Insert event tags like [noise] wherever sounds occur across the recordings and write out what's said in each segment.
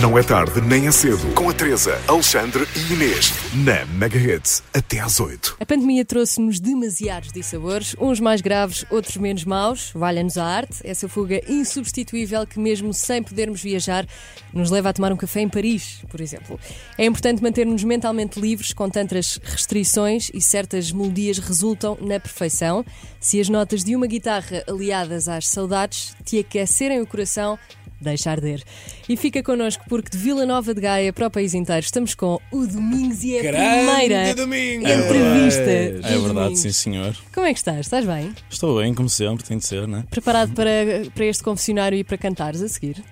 Não é tarde nem é cedo. Com a Teresa, Alexandre e Inês. Na Megahits, até às 8. A pandemia trouxe-nos demasiados dissabores, uns mais graves, outros menos maus. Valha-nos a arte, essa fuga insubstituível que, mesmo sem podermos viajar, nos leva a tomar um café em Paris, por exemplo. É importante manter-nos mentalmente livres com tantas restrições e certas melodias resultam na perfeição. Se as notas de uma guitarra aliadas às saudades te aquecerem o coração, deixa arder. E fica connosco porque de Vila Nova de Gaia para o país inteiro estamos com o Domingos e é a primeira domingo! entrevista. do É verdade, Domingos. sim senhor. É Como é que estás? Estás bem? Estou bem, como sempre, tem de ser, né? Preparado para, para este confessionário e para cantares a seguir?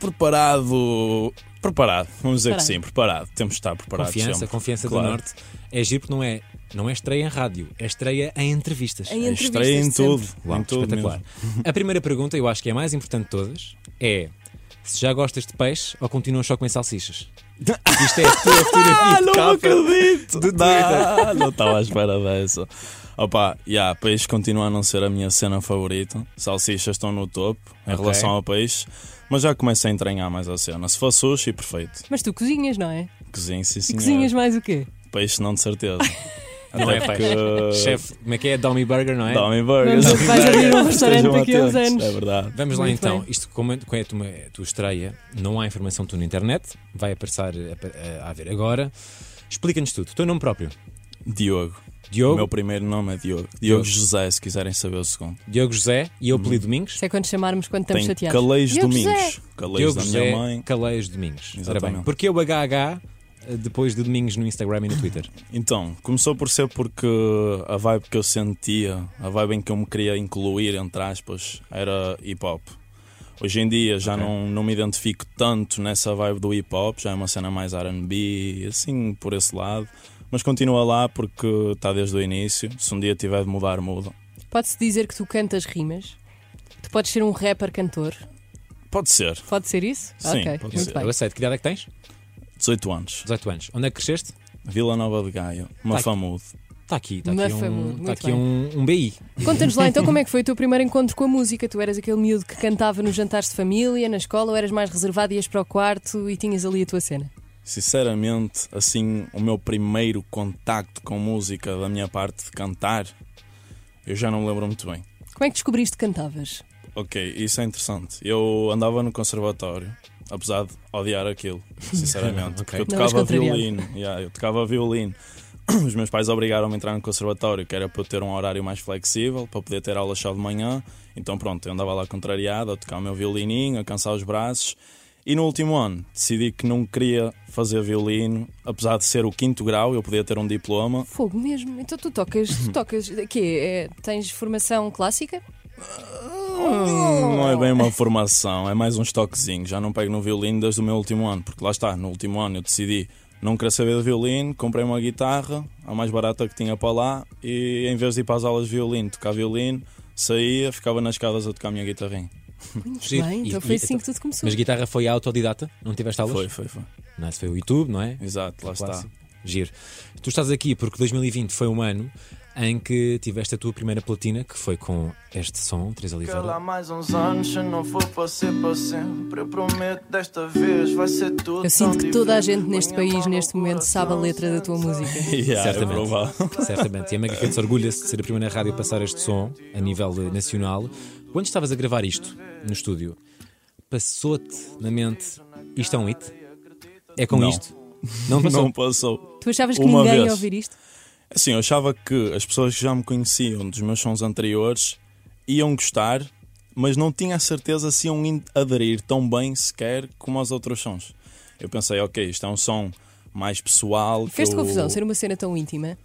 Preparado. Preparado, vamos dizer Preparado. que sim, preparado. Temos de estar preparados. Confiança, sempre. confiança Claro. do Norte. É giro porque não é, não é estreia em rádio, é estreia em entrevistas. Em É entrevistas Estreia em de sempre. tudo. Uau, em tudo espetacular. mesmo. A primeira pergunta, eu acho que é a mais importante de todas, é se já gostas de peixe ou continuas só [laughs] com salsichas? Isto é a tua fotografia de Ah, Não capa. acredito! Ah, não estava à espera dessa. Opa, yeah, peixe continua a não ser a minha cena favorita. Salsichas estão no topo em Ok. relação ao peixe, mas já comecei a entranhar mais a cena. Se fosse sushi, perfeito. Mas tu cozinhas, não é? Cozinho, sim senhor. Cozinhas mais o quê? Peixe, não de certeza. Não é peixe. Chefe, como é que é? Domi Burger, não é? Tommy Burgers. Vamos- vais abrir um restaurante Estejam daqui a uns atentos, anos. É verdade. Vamos lá Muito então, bem. isto como é, como é a tua, a tua estreia, não há informação tu na internet, vai aparecer a, a, a ver agora. Explica-nos tudo, o teu nome próprio. Diogo. Diogo, O meu primeiro nome é Diogo. Diogo José, se quiserem saber o segundo. Diogo José e eu Uhum. apelido Domingos. Isso é quando chamarmos quando estamos Tem chateados. Calais Diogo Domingos. José. Calais Diogo da José minha mãe. Calais Domingos. Ora Exatamente. bem, Porquê o HH eh, depois de Domingos no Instagram e no Twitter? Então, começou por ser porque a vibe que eu sentia, a vibe em que eu me queria incluir, entre aspas, era hip hop. Hoje em dia já Ok. não, não me identifico tanto nessa vibe do hip hop, já é uma cena mais RB, assim, por esse lado. Mas continua lá porque está desde o início. Se um dia tiver de mudar, muda. Pode-se dizer que tu cantas rimas? Tu podes ser um rapper cantor? Pode ser. Pode ser isso? Sim, ok, pode [laughs] muito ser. bem. Eu aceito. Que idade é que tens? 18 anos. 18 anos. Onde é que cresceste? Vila Nova de Gaia, Mafamude. Está aqui, está aqui, Mafamudo, um, muito está aqui bem. um, um BI. Conta-nos lá então como é que foi o teu primeiro encontro com a música. Tu eras aquele miúdo que cantava nos jantares de família, na escola, ou eras mais reservado, ias para o quarto e tinhas ali a tua cena? Sinceramente, assim, o meu primeiro contacto com música da minha parte de cantar, eu já não me lembro muito bem. Como é que descobriste que cantavas? Ok, isso é interessante. Eu andava no conservatório, apesar de odiar aquilo, sinceramente. Ok. Porque eu Não és tocava contrariado. violino. Yeah, eu tocava violino. [clears throat] Os meus pais obrigaram-me a entrar no conservatório, que era para eu ter um horário mais flexível, para poder ter aulas só de manhã. Então pronto, eu andava lá contrariado, a tocar o meu violininho, a cansar os braços. E no último ano decidi que não queria fazer violino, apesar de ser o quinto grau, eu podia ter um diploma. Fogo mesmo. Então tu tocas, Uhum. tu tocas, quê? É, tens formação clássica? Não é bem uma formação, é mais uns toquezinhos. Já não pego no violino desde o meu último ano, porque lá está, no último ano eu decidi não querer saber de violino, comprei uma guitarra, a mais barata que tinha para lá, e em vez de ir para as aulas de violino, tocar violino, saía, ficava nas escadas a tocar a minha guitarrinha. Giro. Bem, E- então foi e- assim que tudo começou. Mas guitarra foi autodidata? Não tiveste aulas? Foi, foi, foi. Não, isso foi o YouTube, não é? Exato, lá está. Clássico. Giro. Tu estás aqui porque 2020 foi um ano em que tiveste a tua primeira platina, que foi com este som, Teresa Cala Oliveira. mais uns anos, se não for para ser para sempre. Eu prometo desta vez vai ser tudo. Eu sinto tão que toda a diferente. gente neste Ponha a país, mão no neste momento, sabe a coração, letra da tua sente só. música. [laughs] Yeah, é Certamente. provável. Certamente. E a Mega Hits orgulha-se de ser a primeira rádio a passar este som a nível eh, nacional. Quando estavas a gravar isto no estúdio, passou-te na mente isto é um hit? É com Não. isto? Não passou? Não passou. Tu achavas que Uma ninguém ia vez. ouvir isto? Assim, eu achava que as pessoas que já me conheciam dos meus sons anteriores iam gostar, mas não tinha a certeza se iam in- aderir tão bem sequer como aos outros sons. Eu pensei, ok, isto é um som mais pessoal. que Fez-te eu- confusão ser uma cena tão íntima?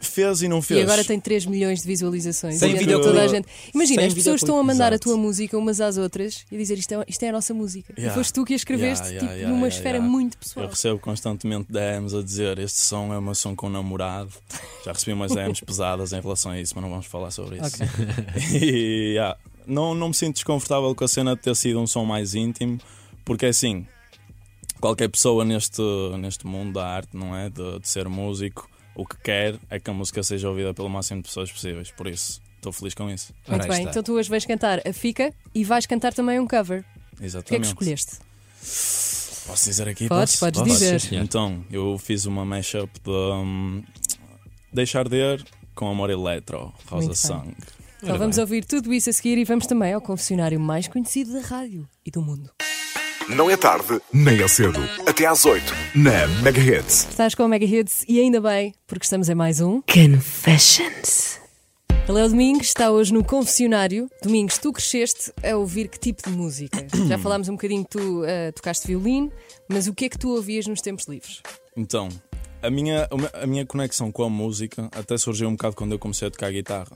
Fez e não fez. E agora tem 3 milhões de visualizações. Sem E então videoclipe. toda a gente. Imagina, Sem as pessoas videoclipe. estão a mandar a Exato. tua música umas às outras e dizer isto é, isto é a nossa música. E Yeah. foste tu que a escreveste, Yeah, tipo, yeah, yeah, numa yeah, esfera yeah. muito Eu pessoal. recebo constantemente DMs a dizer este som é uma som [laughs] com namorado. Já recebi umas DMs pesadas em relação a isso, mas não vamos falar sobre isso. [laughs] E, yeah, não, não me sinto desconfortável com a cena de ter sido um som mais íntimo, porque é assim, qualquer pessoa neste, neste mundo da arte, não é? De, de ser músico, o que quer é que a música seja ouvida pelo máximo de pessoas possíveis. Por isso, estou feliz com isso. Ora, Muito aí bem, está. então tu hoje vais cantar a Fica e vais cantar também um cover. O que é que Exatamente. escolheste? Posso dizer aqui? Podes, Posso? podes Posso? dizer. Sim, senhor. Então, eu fiz uma mashup de hum, Deixar de Ir com Amor Eletro, Muito Rosa bem. Sangue. Então vamos ouvir tudo isso a seguir e vamos também ao confessionário mais conhecido da rádio e do mundo. Não é tarde, nem é cedo. Até às 8, na Megahits. Estás com o Mega Hits e ainda bem, porque estamos em mais um. Confessions. Ele é o Domingos, está hoje no confessionário. Domingos, tu cresceste a ouvir que tipo de música? Já falámos um bocadinho que tu eh, tocaste violino, mas o que é que tu ouvias nos tempos livres? Então, a minha, a minha conexão com a música até surgiu um bocado quando eu comecei a tocar guitarra.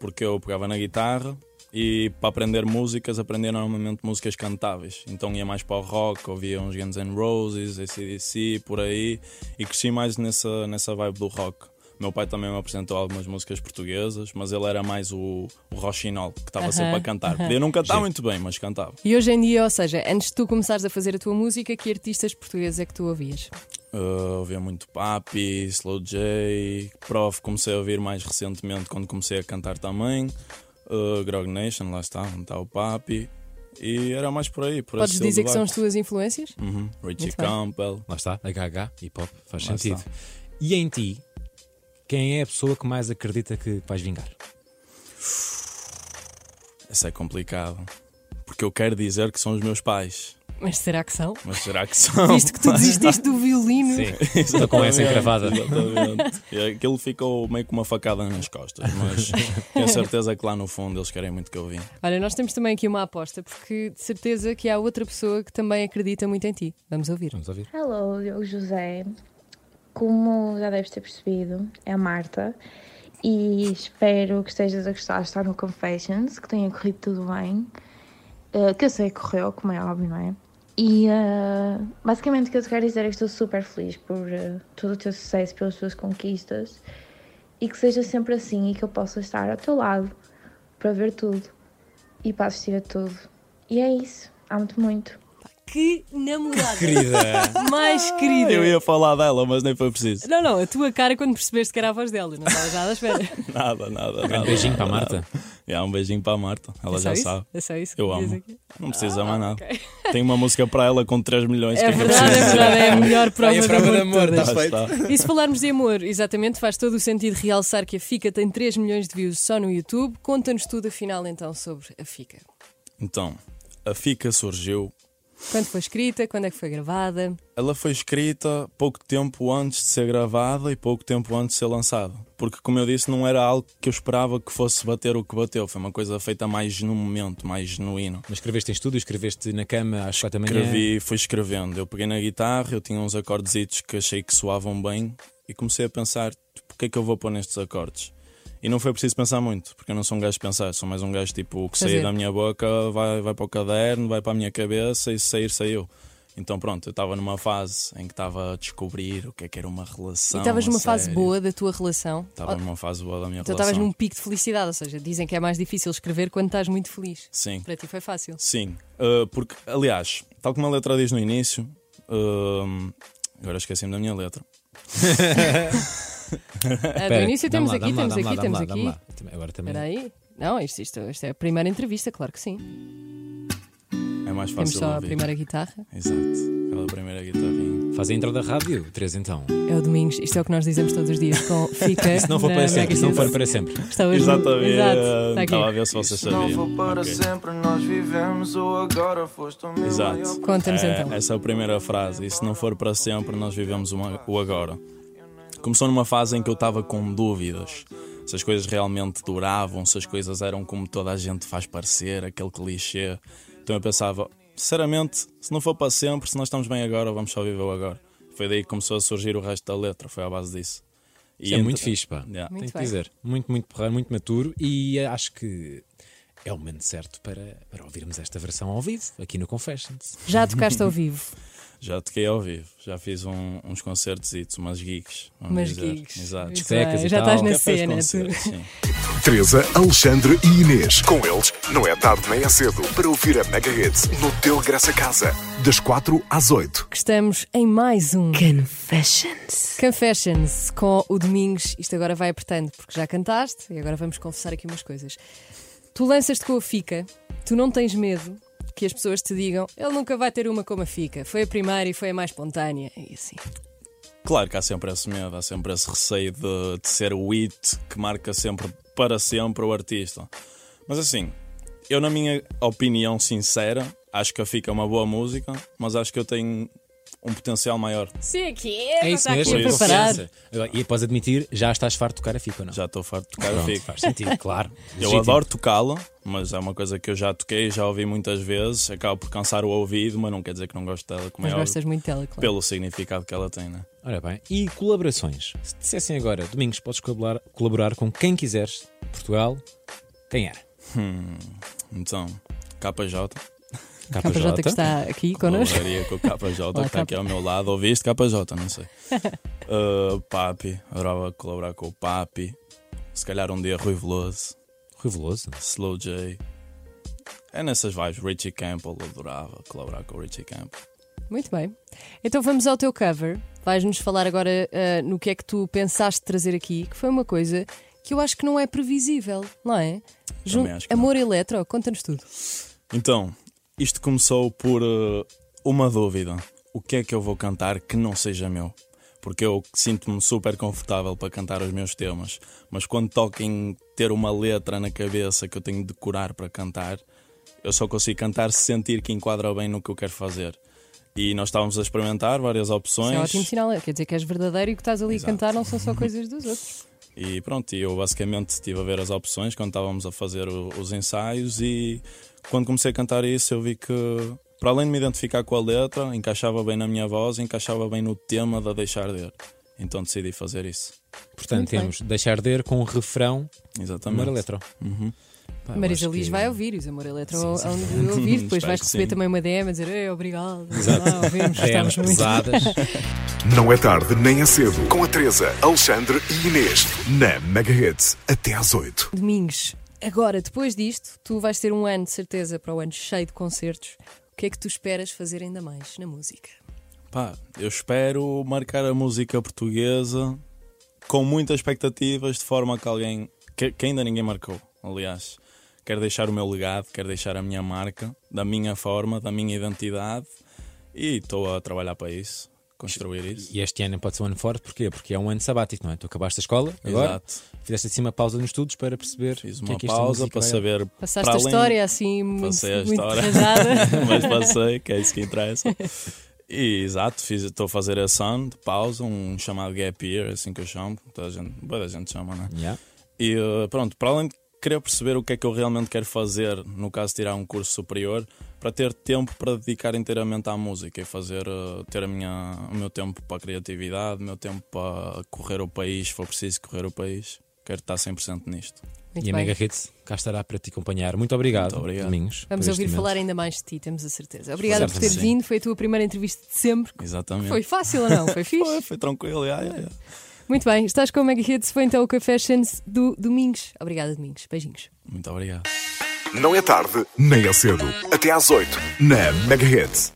Porque eu pegava na guitarra e para aprender músicas, aprendia normalmente músicas cantáveis. Então ia mais para o rock, ouvia uns Guns N' Roses, ACDC, por aí. E cresci mais nessa, nessa vibe do rock. Meu pai também me apresentou algumas músicas portuguesas, mas ele era mais o, o roxinol, que estava sempre a cantar. Podia não cantar muito bem, mas cantava. E hoje em dia, ou seja, antes de tu começares a fazer a tua música, que artistas portugueses é que tu ouvias? Uh, ouvia muito Papi, Slow J, Prof. Comecei a ouvir mais recentemente quando comecei a cantar também. Uh, Grog Nation, lá está, onde está o Papi. E era mais por aí. Por Podes esse dizer que são estilo as tuas influências? de vibe. Uhum. Richie Muito bem. Campbell. Lá está, HH, hip hop, faz Lá sentido. está. E em ti, quem é a pessoa que mais acredita que vais vingar? Isso é complicado. Porque eu quero dizer que são os meus pais. Mas será que são? Mas será que são? Visto [laughs] que tu desististe do violino. [laughs] estou com essa encravada. Exatamente. E Aquilo ficou meio que uma facada nas costas. Mas tenho certeza que lá no fundo eles querem muito que eu vim. Olha, nós temos também aqui uma aposta, porque de certeza que há outra pessoa que também acredita muito em ti. Vamos ouvir. Vamos ouvir. Hello, Diogo José. Como já deves ter percebido, é a Marta e espero que estejas a gostar de estar no Confessions, que tenha corrido tudo bem, eh, que eu sei que correu, como é óbvio, não é? E eh, basicamente o que eu te quero dizer é que estou super feliz por eh, todo o teu sucesso, pelas tuas conquistas e que seja sempre assim e que eu possa estar ao teu lado para ver tudo e para assistir a tudo. E é isso, amo-te muito. Que namorada Querida! [laughs] mais querida. Eu ia falar dela, mas nem foi preciso. Não, não, a tua cara quando percebeste que era a voz dela, não estavas nada à espera. Nada, nada. Um nada, beijinho para a nada, Marta. nada. É, um beijinho para a Marta. Ela é só já isso? sabe. É só isso que Eu diz amo. aqui. Não precisa mais nada. Tem uma música para ela com 3 milhões. É que eu verdade, é preciso. verdade, é a melhor prova, Aí a prova de amor, de está todas. feito. Está. E se falarmos de amor, exatamente, faz todo o sentido realçar que a Fica tem 3 milhões de views só no YouTube. Conta-nos tudo afinal então sobre a Fica. Então, a Fica surgiu. Quando foi escrita, quando é que foi gravada? Ela foi escrita pouco tempo antes de ser gravada e pouco tempo antes de ser lançada. Porque, como eu disse, não era algo que eu esperava que fosse bater o que bateu. Foi uma coisa feita mais no momento, mais genuíno. Mas escreveste em estúdio, escreveste na cama às quatro da manhã. É. Escrevi, fui escrevendo. Eu peguei na guitarra, eu tinha uns acordezitos que achei que soavam bem e comecei a pensar: tipo, o que é que eu vou pôr nestes acordes? E não foi preciso pensar muito, porque eu não sou um gajo de pensar, sou mais um gajo tipo: o que Fazer. sair da minha boca vai, vai para o caderno, vai para a minha cabeça e se sair, saiu. Então pronto, eu estava numa fase em que estava a descobrir o que é que era uma relação. e estavas a numa fase sério. boa da tua relação? Estava Ou- numa fase boa da minha então estavas relação. num pico de felicidade, ou seja, dizem que é mais difícil escrever quando estás muito feliz. Sim. Para ti foi fácil. Sim, uh, porque, aliás, tal como a letra diz no início, um, agora esqueci-me da minha letra. Ah, Espera, do início dá-me temos lá, aqui, dá-me temos aqui, lá, dá-me lá, temos dá-me lá, aqui. dá-me lá. Também- Agora também. Espera aí. Não, isto, isto, isto é a primeira entrevista, claro que sim. É mais fácil Temos só a ouvir. primeira guitarra. Exato, aquela primeira guitarrinha. Faz a intro da rádio, três então. É o Domingos, isto é o que nós dizemos todos os dias [laughs] com Fica. Se não for na para sempre, Mega se não for Hits. para sempre. Está hoje no- Exato, está aqui. Estava a ver se vocês Se não sabiam. for para Ok. sempre, nós vivemos. Ou agora foste o meu Exato. maior- Conta-nos É, então. Essa é a primeira frase. E se não for para sempre, nós vivemos uma- o agora. Começou numa fase em que eu estava com dúvidas. Se as coisas realmente duravam, se as coisas eram como toda a gente faz parecer, aquele clichê. Então eu pensava, sinceramente, se não for para sempre, se nós estamos bem agora, vamos só viver o agora. Foi daí que começou a surgir o resto da letra, foi à base disso. E é entre- muito fixe, pá. Yeah. Muito Tenho que bem. dizer. Muito, muito porreiro, muito maturo e eh, acho que é o momento certo para, para ouvirmos esta versão ao vivo, aqui no Confessions. Já tocaste ao vivo, Já toquei ao vivo, já fiz um- uns concertos, umas gigs. vamos mas dizer. gigs. Exato. Muito Discotecas bem, e Já tal. estás na Cafés, cena. tu. concertos, sim. Teresa, Alexandre e Inês. Com eles, não é tarde nem é cedo para ouvir a Megahits no teu graça casa, das 4 às 8. Que estamos em mais um Confessions. Confessions com o Domingos. Isto agora vai apertando, porque já cantaste e agora vamos confessar aqui umas coisas. Tu lanças-te com a Fica, tu não tens medo. que as pessoas te digam ele nunca vai ter uma como a fica. Foi a primeira e foi a mais espontânea. E assim. Claro que há sempre esse medo, há sempre esse receio de, de ser o it que marca sempre para sempre o artista. Mas assim, eu na minha opinião sincera, acho que a fica uma boa música, mas acho que eu tenho um potencial maior. Sim, aqui É isso mesmo, aqui a é isso. preparar. Confiança. Agora, E após admitir, já estás farto de tocar a fica, ou não? Já estou farto de tocar a Pronto, fica. Faz sentido, claro. [laughs] Eu Legítimo. adoro tocá-la, mas é uma coisa que eu já toquei, já ouvi muitas vezes, acabo por cansar o ouvido, mas não quer dizer que não gosto dela, como Mas é óbvio, gostas muito dela, claro. pelo significado que ela tem, né? Ora bem, e colaborações? Se te dissessem agora, Domingos, podes colaborar, colaborar com quem quiseres, Portugal, quem era? Então, KJ, KJ que está aqui connosco. colaboraria com o KJ, que Olá, está aqui ao meu lado, ouviste KJ, não sei. Uh, papi, adorava colaborar com o Papi, se calhar um dia Rui Veloso, Rui Veloso. Slow J. É nessas vibes, Richie Campbell, adorava colaborar com o Richie Campbell. Muito bem. Então vamos ao teu cover. Vais-nos falar agora ah, no que é que tu pensaste trazer aqui, que foi uma coisa que eu acho que não é previsível, não é? Jun- Também acho que Amor Eletro, conta-nos tudo. Então, isto começou por eh, uma dúvida. O que é que eu vou cantar que não seja meu? Porque eu sinto-me super confortável para cantar os meus temas, mas quando toca em ter uma letra na cabeça que eu tenho de decorar para cantar, eu só consigo cantar se sentir que enquadra bem no que eu quero fazer. E nós estávamos a experimentar várias Isso é um opções. ótimo sinal, quer dizer que és verdadeiro e o que estás ali a cantar não são só coisas dos outros. E pronto, e eu basicamente estive a ver as opções quando estávamos a fazer o- os ensaios e quando comecei a cantar isso eu vi que para além de me identificar com a letra, encaixava bem na minha voz, encaixava bem no tema da deixar de ir. Então decidi fazer isso. Portanto, Muito bem. temos Deixar de Ir com o refrão Exatamente. Amor Eletro. Pá, eu Marisa acho que- é. Liz vai ouvir, os Amor Eletro Sim, sim. onde de [laughs] ouvir, depois Espero vais que receber sim. também uma DM a dizer "Ei, obrigado, ah, É, ouvimos, DMs estamos muito. [laughs] pesadas. Não é tarde nem é cedo. Com a Teresa, Alexandre e Inês. Na Megahertz, até às 8. Domingos, agora, depois disto, tu vais ter um ano de certeza para o ano cheio de concertos. O que é que tu esperas fazer ainda mais na música? Pá, eu espero marcar a música portuguesa com muitas expectativas, de forma que alguém. que, que ainda ninguém marcou, aliás. Quero deixar o meu legado, quero deixar a minha marca, da minha forma, da minha identidade e estou a trabalhar para isso, construir isso. E este ano pode ser um ano forte, porquê? Porque é um ano sabático, não é? Tu acabaste a escola, agora Exato. fizeste assim uma pausa nos estudos para perceber Fiz o que uma é que esta pausa música para vai- saber. Passaste para a além- história assim muito, Passei a muito história. [laughs] rasgada. mas passei, que é isso que interessa. E exato, fiz- estou a fazer a sound, pausa, um chamado gap year, assim que eu chamo, toda a gente, boa da gente chama, não é? Yeah. E eh, pronto, para além de querer perceber o que é que eu realmente quero fazer, no caso tirar um curso superior, para ter tempo para dedicar inteiramente à música e fazer eh, ter a minha, o meu tempo para a criatividade, o meu tempo para correr o país, se for preciso correr o país. Quero estar 100% nisto. Muito E a bem. Mega Hits cá estará para te acompanhar. Muito obrigado, Muito obrigado. Domingos. Vamos por este ouvir momento. assim. falar ainda mais de ti, temos a certeza. Obrigada Certo, por teres sim. vindo, foi a tua primeira entrevista de sempre. É. Exatamente. Foi fácil ou não? [laughs] Foi Foi, fixe? foi tranquilo. yeah, yeah, yeah. Muito bem, estás com o Mega Hits, foi então o Café Sense do Domingos. Obrigada, Domingos. Beijinhos. Muito obrigado. Não é tarde nem é cedo. Até às 8. Na Megahertz.